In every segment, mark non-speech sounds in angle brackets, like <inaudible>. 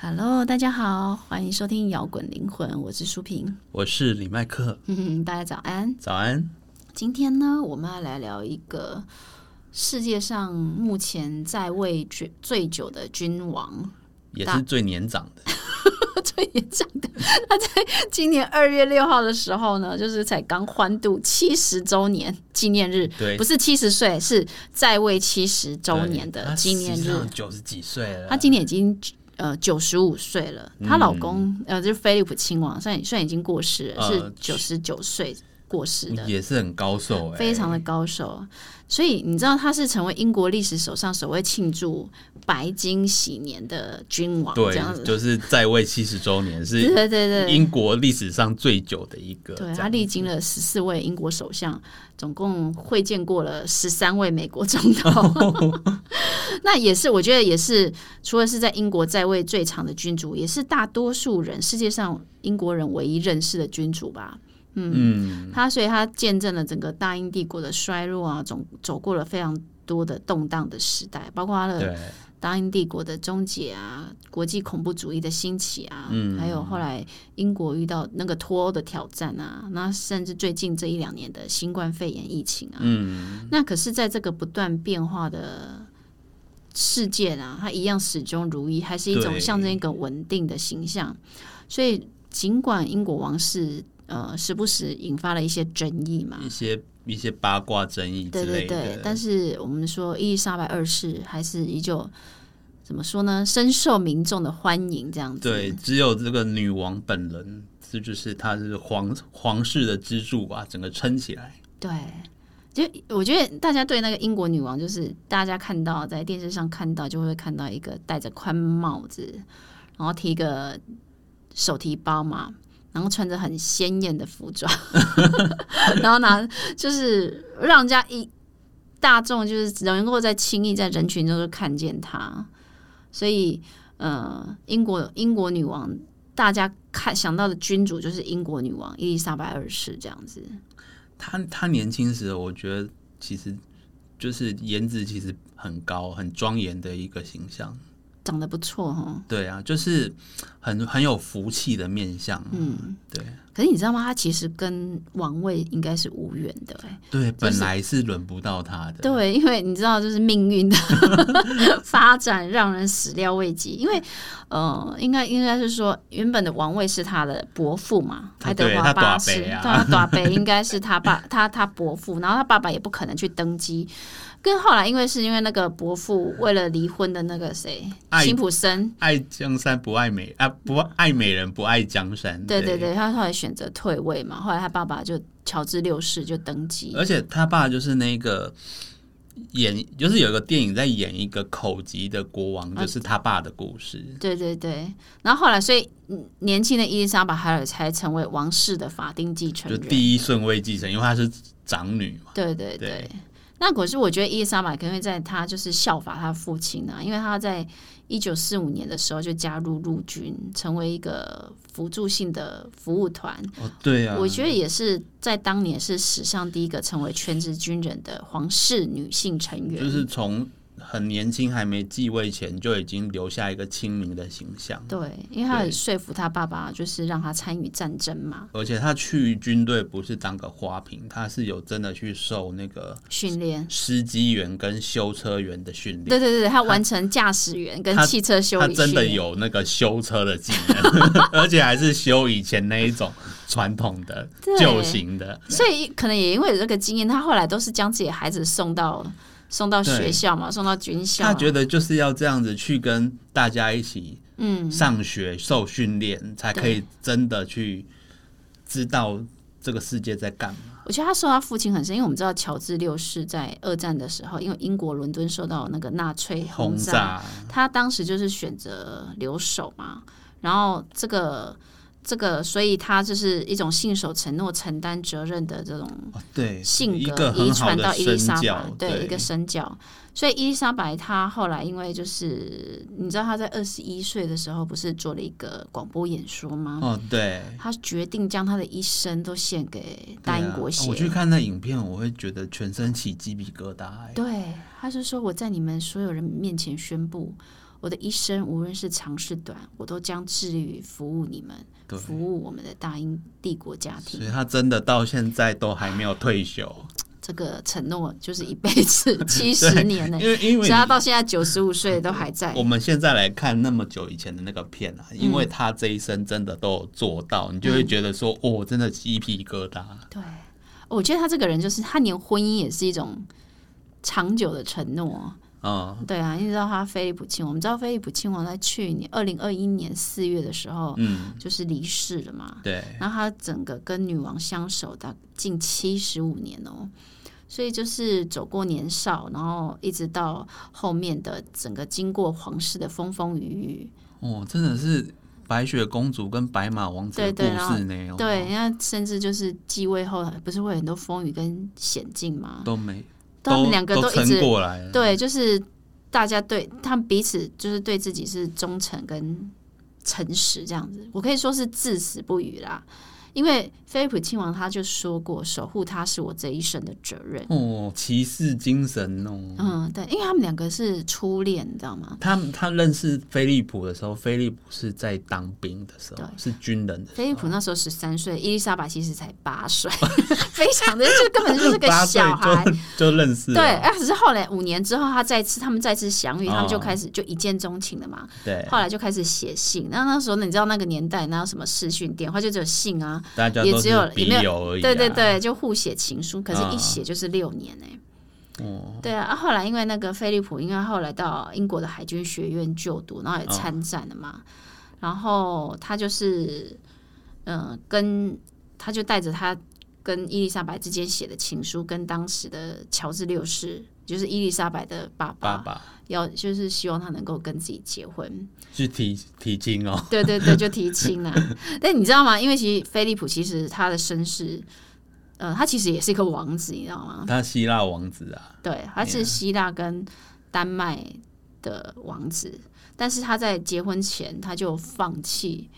Hello，大家好，欢迎收听摇滚灵魂，我是舒萍。我是李麦克，嗯， <laughs> 大家早安。早安。今天呢，我们要来聊一个世界上目前在位最最久的君王， <laughs> 也大是最年长哎的，最年长的。他在今年二月六号的时候呢，就是才刚欢度七十周年纪念日，对不是七十岁，是在位七十周年的纪念日。九十几岁了。她今年已经呃九十五岁了，嗯她老公、呃就是菲利普亲王，虽然虽然已经过世了，呃是九十九岁过世的，也是很高寿哎、非常的高手。所以你知道他是成为英国历史史上首位庆祝白金禧年的君王，这样子对，。就是在位七十周年，对是对对对。英国历史上最久的一个。对这他样历经了十四位英国首相，总共会见过了十三位美国总统。 <laughs> <laughs> 那也是，我觉得也是，除了是在英国在位最长的君主，也是大多数人世界上英国人唯一认识的君主吧。嗯，他所以他见证了整个大英帝国的衰落啊，总走过了非常多的动荡的时代，包括他的对，大英帝国的终结啊，国际恐怖主义的兴起啊，还有后来英国遇到那个脱欧的挑战啊，那甚至最近这一两年的新冠肺炎疫情啊，嗯，那可是在这个不断变化的世界啊，它一样始终如一，还是一种对象征一个稳定的形象。所以，尽管英国王室呃时不时引发了一些争议嘛，一些一些八卦争议之对对类的。对，但是我们说伊丽莎白二世还是依旧怎么说呢？深受民众的欢迎，这样子。对，只有这个女王本人，这就是她是皇皇室的支柱吧，整个撑起来。对，就我觉得大家对那个英国女王，就是大家看到在电视上看到，就会看到一个戴着宽帽子，然后提一个手提包嘛，然后穿着很鲜艳的服装， <laughs> 然后拿就是让人家一大众就是只能够在轻易在人群中就看见她，所以呃，英国英国女王。大家看想到的君主就是英国女王伊丽莎白二世这样子，她她年轻时，我觉得其实就是颜值其实很高、很庄严的一个形象。长得不错哈。对啊，就是很很有福气的面相。嗯，对可是你知道吗？他其实跟王位应该是无缘的、欸，对，本来是轮不到他的。对，因为你知道，就是命运的 <laughs> 发展让人始料未及。因为，呃，应该应该是说，原本的王位是他的伯父嘛，他爱德对华他八大世，伯啊对，他短北应该是他爸， <laughs> 他他伯父，然后他爸爸也不可能去登基。跟后来，因为是因为那个伯父为了离婚的那个谁，爱辛普森，爱江山不爱美啊，不爱美人不爱江山。对对。对，他后来选择退位嘛，后来他爸爸就乔治六世就登基，而且他爸就是那个演，就是有个电影在演一个口疾的国啊王，就是他爸的故事。对对对，然后后来，所以嗯年轻的伊丽莎白海尔才成为王室的法定继承就人。第一顺位继承，因为她是长女嘛。对对对。对那可是我觉得伊丽莎白可能会在她就是效法她父亲啊，因为她在一九四五年的时候就加入陆军，成为一个辅助性的服务团。哦，对啊，我觉得也是在当年是史上第一个成为全职军人的皇室女性成员。就是从很年轻还没继位前就已经留下一个亲民的形象。对，因为她很对说服她爸爸，就是让他参与战争嘛，而且他去军队不是当个花瓶，他是有真的去受那个训练。司机员跟修车员的训练。对对对，他完成驾驶员跟他汽车修他理真的训练有那个修车的技 <laughs> 能，而且还是修以前那一种传统的对旧型的。所以可能也因为有这个经验，他后来都是将自己的孩子送到送到学校嘛，送到军校啊。他觉得就是要这样子去跟大家一起，嗯，上学受训练，才可以真的去知道这个世界在干嘛。我觉得他受他父亲很深，因为我们知道乔治六世在二战的时候，因为英国伦敦受到那个纳粹轰轰炸，他当时就是选择留守嘛，然后这个这个，所以他就是一种信守承诺、承担责任的这种哦对，性一格个遗很好传的到伊丽身莎白教，，对一个身教。所以伊丽莎白她后来因为就是你知道她在二十一岁的时候不是做了一个广播演说吗？哦，对，她决定将她的一生都献给对大啊英国协我去看那影片，我会觉得全身起鸡皮疙瘩、欸。对，他是说我在你们所有人面前宣布，我的一生无论是长是短，我都将致力于服务你们，对服务我们的大英帝国家庭。所以他真的到现在都还没有退休，这个承诺就是一辈子 <laughs> 七十年呢、因为因所为以他到现在九十五岁都还在哦我。们现在来看那么久以前的那个片啊，因嗯为他这一生真的都有做到，你就会觉得说，哦，真的鸡皮疙瘩。对，我觉得他这个人就是他连婚姻也是一种长久的承诺。嗯，对啊，你知道他菲利普亲王，我们知道菲利普亲王在去年二零二一年四月的时候，嗯，就是离世了嘛。对，然后他整个跟女王相守到近七十五年哦，所以就是走过年少，然后一直到后面的整个经过皇室的风风雨雨，哦，真的是白雪公主跟白马王子的故对对然后事呢，哦对，人家甚至就是继位后不是会有很多风雨跟险境吗？都没他们两个都都一直撑过来了，对，就是大家对他们彼此就是对自己是忠诚跟诚实这样子，我可以说是至死不渝啦。因为菲利普亲王他就说过，守护他是我这一生的责任。哦，骑士精神哦。嗯，对，因为他们两个是初恋，你知道吗？他他认识菲利普的时候，菲利普是在当兵的时候，是军人的时候菲利普那时候十三岁，伊丽莎白其实才八岁， <laughs> 非常的就根本就是个八岁小孩。就 <laughs> 就认识对，了，啊，可是后来五年之后，他再次他们再次相遇，他们就哦开开始就一见钟情了嘛。对，后来就开始写信，那那时候你知道那个年代哪有什么视讯电话，就只有信啊，大家也都只是有也笔没有友而已、啊，对对，对，就互写情书，可是一嗯写就是六年呢、哦，对啊，啊后来因为那个菲利普，因为后来到英国的海军学院就读，然后也参战了嘛，然后他就是，呃，跟他就带着他跟伊丽莎白之间写的情书，跟当时的乔治六世，就是伊丽莎白的爸爸爸，爸要就是希望他能够跟自己结婚。去提提亲哦，对对对，就提亲啦。但你知道吗？因为其实菲利普其实他的身世，呃，他其实也是一个王子，你知道吗？他希腊王子啊，对，他是希腊跟丹麦的王子，但是他在结婚前他就放弃。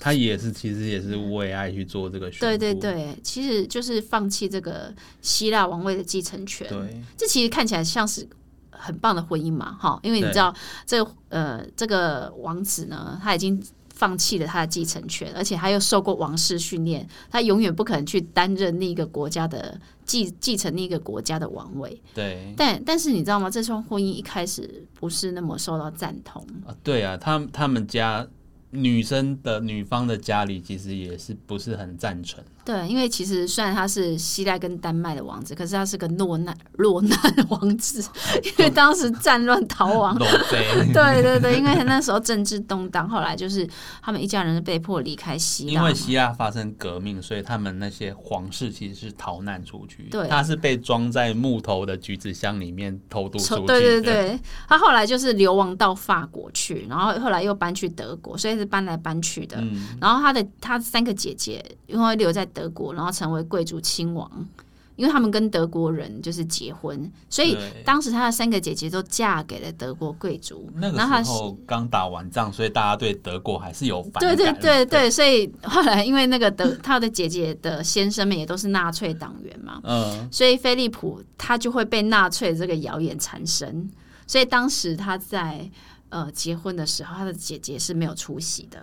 他也是其实也是为爱去做这个选，对对，对，其实就是放弃这个希腊王位的继承权。对，这其实看起来像是很棒的婚姻嘛，哈，因为你对知道这个呃这个王子呢，他已经放弃了他的继承权，而且他又受过王室训练，他永远不可能去担任另一个国家的继继承另一个国家的王位。对但但是你知道吗？这桩婚姻一开始不是那么受到赞同，啊，对啊，他他们家女生的女方的家里其实也是不是很赞成，对，因为其实虽然他是希腊跟丹麦的王子，可是他是个落难落难王子，因为当时战乱逃亡，裸 <laughs> 背，对对对，因为那时候政治动荡，后来就是他们一家人是被迫离开希因腊嘛为。希腊发生革命，所以他们那些皇室其实是逃难出去，对他是被装在木头的橘子箱里面偷渡出去从的，对对对，他后来就是流亡到法国去，然后后来又搬去德国，所以是搬来搬去的。嗯，然后他的他三个姐姐因为留在德国，然后成为贵族亲王，因为他们跟德国人就是结婚，所以对当时他的三个姐姐都嫁给了德国贵族。那个然后他时候刚打完仗，所以大家对德国还是有反对感。对对对，所以后来因为那个德他的姐姐的先生们也都是纳粹党员嘛，嗯，所以菲利普他就会被纳粹这个谣言缠身，所以当时他在呃结婚的时候，他的姐姐是没有出席的，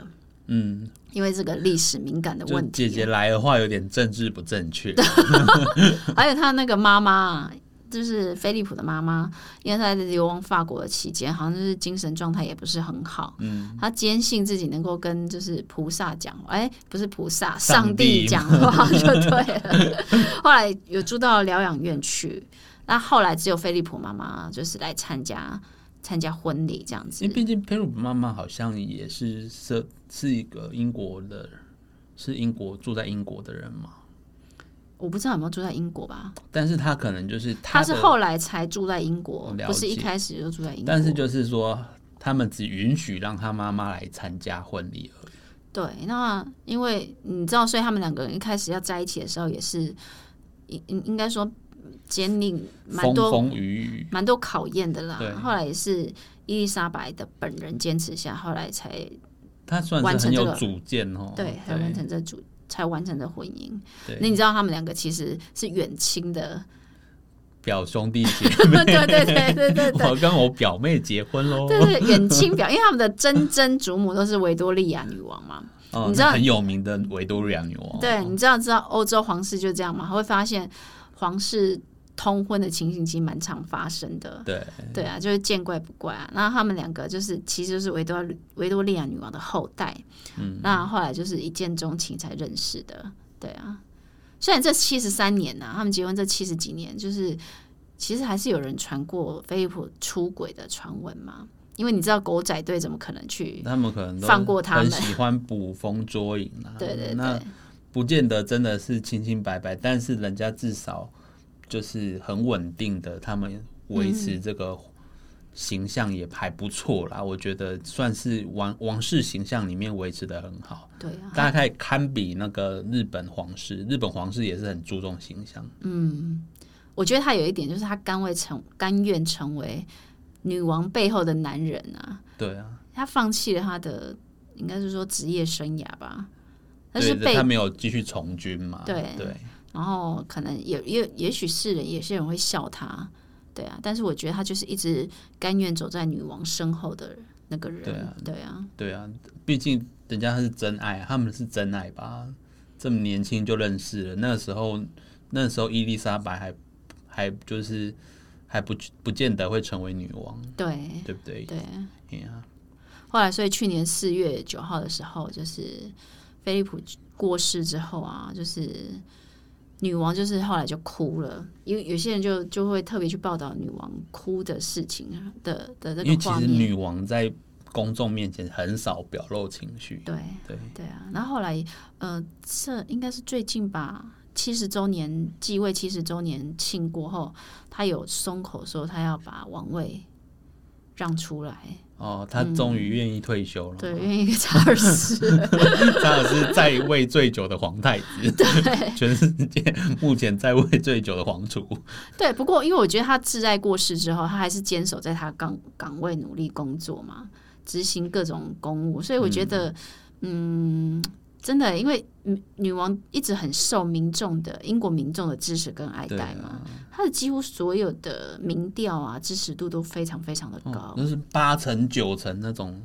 嗯，因为这个历史敏感的就问题。姐姐来的话有点政治不正确， <laughs> 还有他那个妈妈，就是菲利普的妈妈，因为他在流亡法国的期间，好像就是精神状态也不是很好。嗯，他坚信自己能够跟就是菩萨讲，哎、不是菩萨，上上帝帝讲话就对了。 <laughs> 后来有住到疗养院去，那后来只有菲利普妈妈就是来参加参加婚礼这样子因为。毕竟佩鲁普妈妈好像也是是是一个英国的，是英国住在英国的人嘛，我不知道有没有住在英国吧？但是她可能就是他她是的，后来才住在英国，了不是一解开始就住在英国。但是就是说他们只允许让她妈妈来参加婚礼而已。对，那因为你知道，所以他们两个人一开始要在一起的时候，也是应应应该说经历蛮风多风雨雨，蛮多考验的啦对。后来也是伊丽莎白的本人坚持下，后来才她算完是成很这有个主见哦。对才完成这组才完成这婚姻。对 <laughs> 那你知道他们两个其实是远亲的表兄弟姐妹，对对对对 <laughs> 对对。我跟我表妹结婚喽。对对，远亲表，因为他们的曾曾祖母都是维多利亚女王嘛。哦，你知道那很有名的维多利亚女王。对，你知道知道欧洲皇室就这样嘛？会发现皇室通婚的情形其实蛮常发生的。对，对啊，就是见怪不怪啊。然后他们两个就是其实就是维多维多利亚女王的后代，嗯，那后来就是一见钟情才认识的。对啊，虽然这七十三年呐、啊，他们结婚这七十几年，就是其实还是有人传过菲利普出轨的传闻嘛。因为你知道狗仔队怎么可能去？他们可能都放过他们很喜欢捕风捉影啊。 <laughs> 对对那对，不见得真的是清清白白，但是人家至少就是很稳定的，他们维持这个形象也还不错啦。我觉得算是王王室形象里面维持的很好，对啊，大概堪比那个日本皇室。日本皇室也是很注重形象，我觉得他有一点就是他甘为成甘愿成为女王背后的男人啊，对啊，他放弃了他的应该是说职业生涯吧，他对是被他没有继续从军嘛，对对，然后可能也也也许是人，也些人会笑他，对啊，但是我觉得他就是一直甘愿走在女王身后的那个人，对啊对啊，对啊，毕竟人家是真爱，他们是真爱吧？这么年轻就认识了，那个时候那时候伊丽莎白还还就是还不不见得会成为女王，对对不对？对。哎呀，后来，所以去年四月九号的时候，就是菲利普过世之后啊，就是女王就是后来就哭了，因为有些人就就会特别去报道女王哭的事情啊的的这因为个其画实面，女王在公众面前很少表露情绪，对。对，对啊，然后后来，呃，这应该是最近吧，七十周年继位七十周年庆过后，他有松口说他要把王位让出来，哦，她终于愿意退休了，哎嗯对，因为一个查尔斯， <laughs> 她也是在位最久的皇 <laughs> 太子， <laughs> 全世界目前在位最久的皇储，对，不过因为我觉得他挚爱过世之后，他还是坚守在他岗岗位努力工作嘛，执行各种公务，所以我觉得，嗯真的，因为女女王一直很受民众的英国民众的支持跟爱对戴嘛啊，。他的几乎所有的民调啊，支持度都非常非常的哦高。，那是八成九成那种，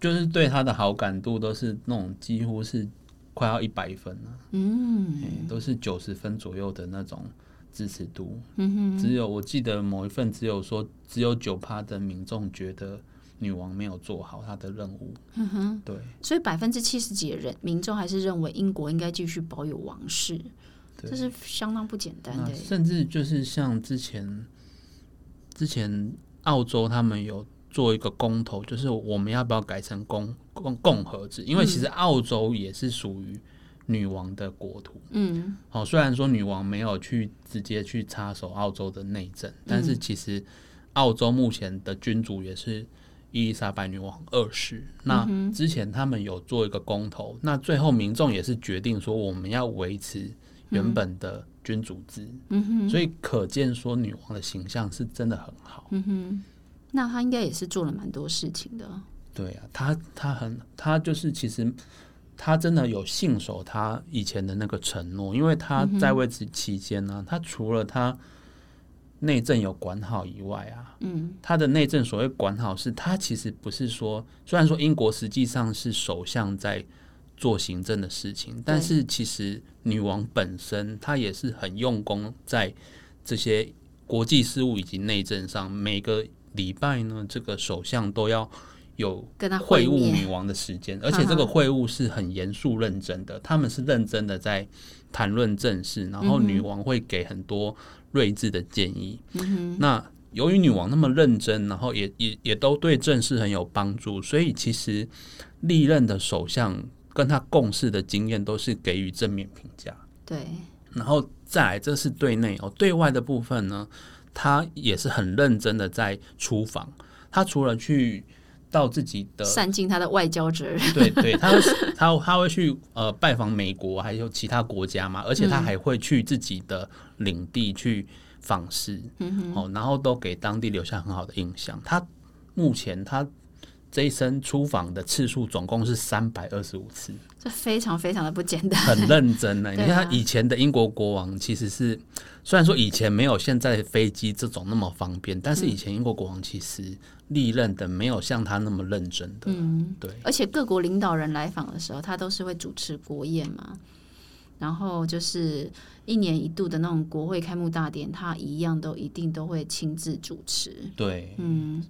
就是对他的好感度都是那种几乎是快要一百分了、嗯嗯，都是九十分左右的那种支持度。嗯哼，只有我记得某一份只有说只有九趴的民众觉得女王没有做好她的任务。嗯哼，对所以百分之七十几的人民众还是认为英国应该继续保有王室，对这是相当不简单那的。甚至就是像之前之前澳洲他们有做一个公投，就是我们要不要改成公共共和制？因为嗯其实澳洲也是属于女王的国土。嗯好、虽然说女王没有去直接去插手澳洲的内政，但嗯是其实澳洲目前的君主也是伊丽莎白女王二世。那嗯之前他们有做一个公投，那最后民众也是决定说我们要维持原本的君主制，嗯哼所以可见说女王的形象是真的很好。嗯哼，那他应该也是做了蛮多事情的。哦对啊，她她很她就是其实她真的有信守她以前的那个承诺，因为她在位期期间呢、她除了她内政有管好以外啊，嗯她的内政所谓管好是她其实不是说，虽然说英国实际上是首相在做行政的事情，但是其实女王本身她也是很用功在这些国际事务以及内政上，每个礼拜呢，这个首相都要。有跟他会会晤面女王的时间，而且这个会晤是很严肃认真的，他们是认真的在谈论政事，然嗯后女王会给很多睿智的建议。那由于女王那么认真，然后也也也都对政事很有帮助，所以其实历任的首相跟他共事的经验都是给予正面评价。对，然后再来，这是对内哦，对外的部分呢，他也是很认真的在出访。他除了去到自己的善尽他的外交责任。 <laughs> 对对，他会他他会去呃拜访美国还有其他国家嘛，而且嗯他还会去自己的领地去访嗯视，哦，然后都给当地留下很好的印象。他目前他这一生出访的次数总共是三百二十 <laughs> 五次，这非常非常的不简单。很认真呢、你对啊看他以前的英国国王其实是，虽然说以前没有现在飞机这种那么方便，但嗯是以前英国国王其实历任的没有像他那么认真的。嗯，对，而且各国领导人来访的时候，他都是会主持国宴嘛，然后就是一年一度的那种国会开幕大典，他一样都一定都会亲自主持。对，嗯，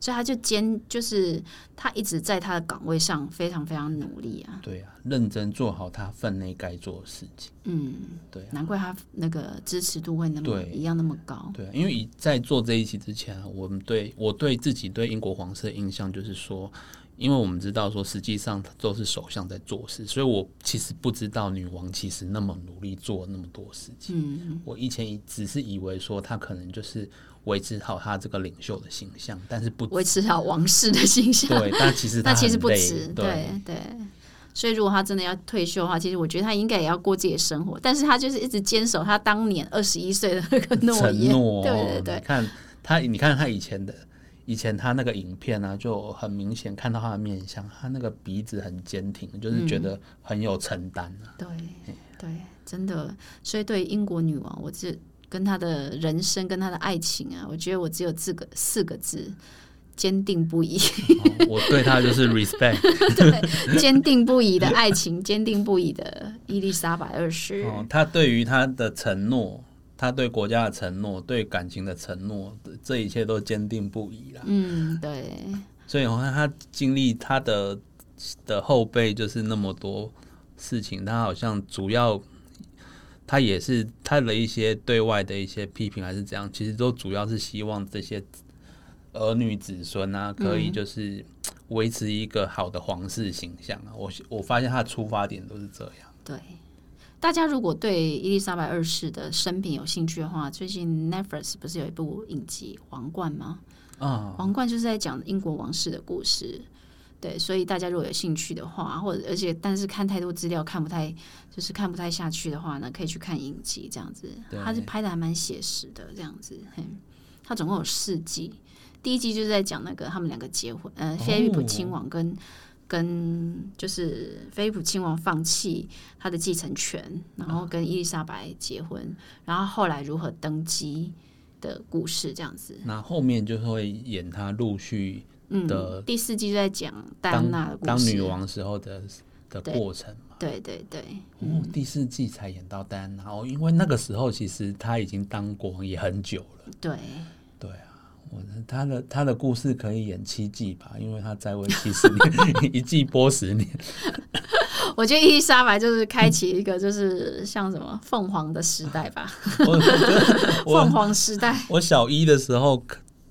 所以他就兼就是他一直在他的岗位上非常非常努力啊。对啊，认真做好他分内该做的事情。嗯，对啊难怪他那个支持度会那么对一样那么高。对，啊因为以在做这一期之前啊，我们对我对自己对英国皇室的印象就是说，因为我们知道说实际上都是首相在做事，所以我其实不知道女王其实那么努力做那么多事情。嗯，我以前以只是以为说她可能就是维持好她这个领袖的形象，但是不维持好王室的形象。对，但 <laughs> 其实她那其实很不累止，对对对。所以，如果他真的要退休的话，其实我觉得他应该也要过自己的生活，但是他就是一直坚守他当年二十一岁的那个 <laughs> 诺承言，诺，对对你对，看他，你看他以前的，以前他那个影片啊，就很明显看到他的面相，他那个鼻子很坚挺，就是嗯觉得很有承担啊。对对，真的。所以，对英国女王，我只跟她的人生跟她的爱情啊，我觉得我只有四个四个字：坚定不移， <laughs> 哦我对他就是 respect 坚定不移的爱情，坚定不移的伊丽莎白二世。哦，他对于他的承诺，他对国家的承诺，对感情的承诺，这一切都坚定不移啊啦。嗯，对。所以我看他经历他的的后辈就是那么多事情，他好像主要他也是他的一些对外的一些批评还是怎样，其实都主要是希望这些儿女子孙啊，可嗯以就是维持一个好的皇室形象啊。我我发现他的出发点都是这样，对，大家如果对伊丽莎白二世的生平有兴趣的话，最近 Netflix 不是有一部影集《皇冠》吗？啊、皇冠》就是在讲英国王室的故事。对，所以大家如果有兴趣的话，或者而且但是看太多资料看不太，就是看不太下去的话呢，可以去看影集这样子。对它是拍的还蛮写实的这样子，嘿，它总共有四季，第一季就是在讲那个他们两个结婚，呃，菲利普哦亲王跟、跟就是菲利普亲王放弃他的继承权，然啊后跟伊丽莎白结婚，然后后来如何登基的故事这样子。那后面就会演他陆续的嗯，第四季就在讲戴当安娜的故事，当女王时候的的对过程嘛。对对对，哦，第四季才演到戴安娜哦，因为那个时候其实她已经当国王也很久了。对，对啊，我她的她的故事可以演七季吧，因为她在位七十年，一 <laughs> 季播十年。我觉得伊丽莎白就是开启一个就是像什么凤凰的时代吧，我我觉得凤 <laughs> 我凰时 <laughs> 代，我小一的时候。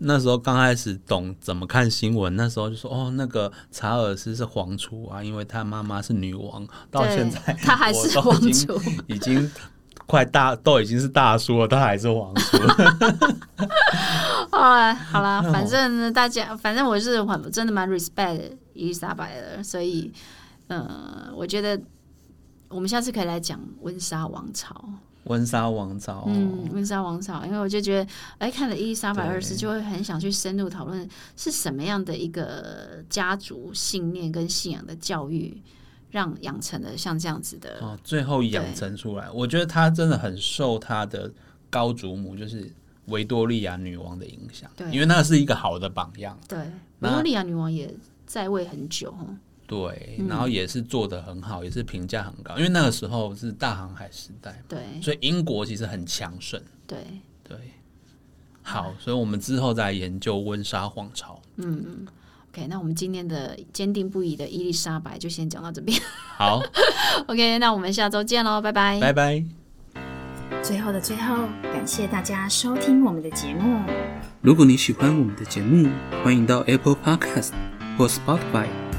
那时候刚开始懂怎么看新闻，那时候就说哦，那个查尔斯是皇储啊，因为他妈妈是女王。到对现在他还我是都皇已经族，已经快大都已经是大叔了，他还是皇储。啊，好啦，反正呢大家，反正我是很真的蛮 respect 伊丽莎白的，所以，呃，我觉得我们下次可以来讲温莎王朝，温莎王朝，哦嗯，温莎王朝，因为我就觉得，哎，看了伊丽莎白二世，对就会很想去深入讨论是什么样的一个家族信念跟信仰的教育，让养成了像这样子的，哦，最后养成出来，我觉得他真的很受他的高祖母，就是维多利亚女王的影响，对因为那是一个好的榜样，对，维那多利亚女王也在位很久，哦对，然后也是做得很好，也是评价很高，因为那个时候是大航海时代，对所以英国其实很强盛，对，对。好，所以我们之后再研究温莎皇朝。嗯，OK，那我们今天的坚定不移的伊丽莎白就先讲到这边 <laughs> 好，哎，OK，那我们下周见喽，拜拜。拜拜。最后的最后，感谢大家收听我们的节目。如果你喜欢我们的节目，欢迎到 Apple Podcast 或 Spotify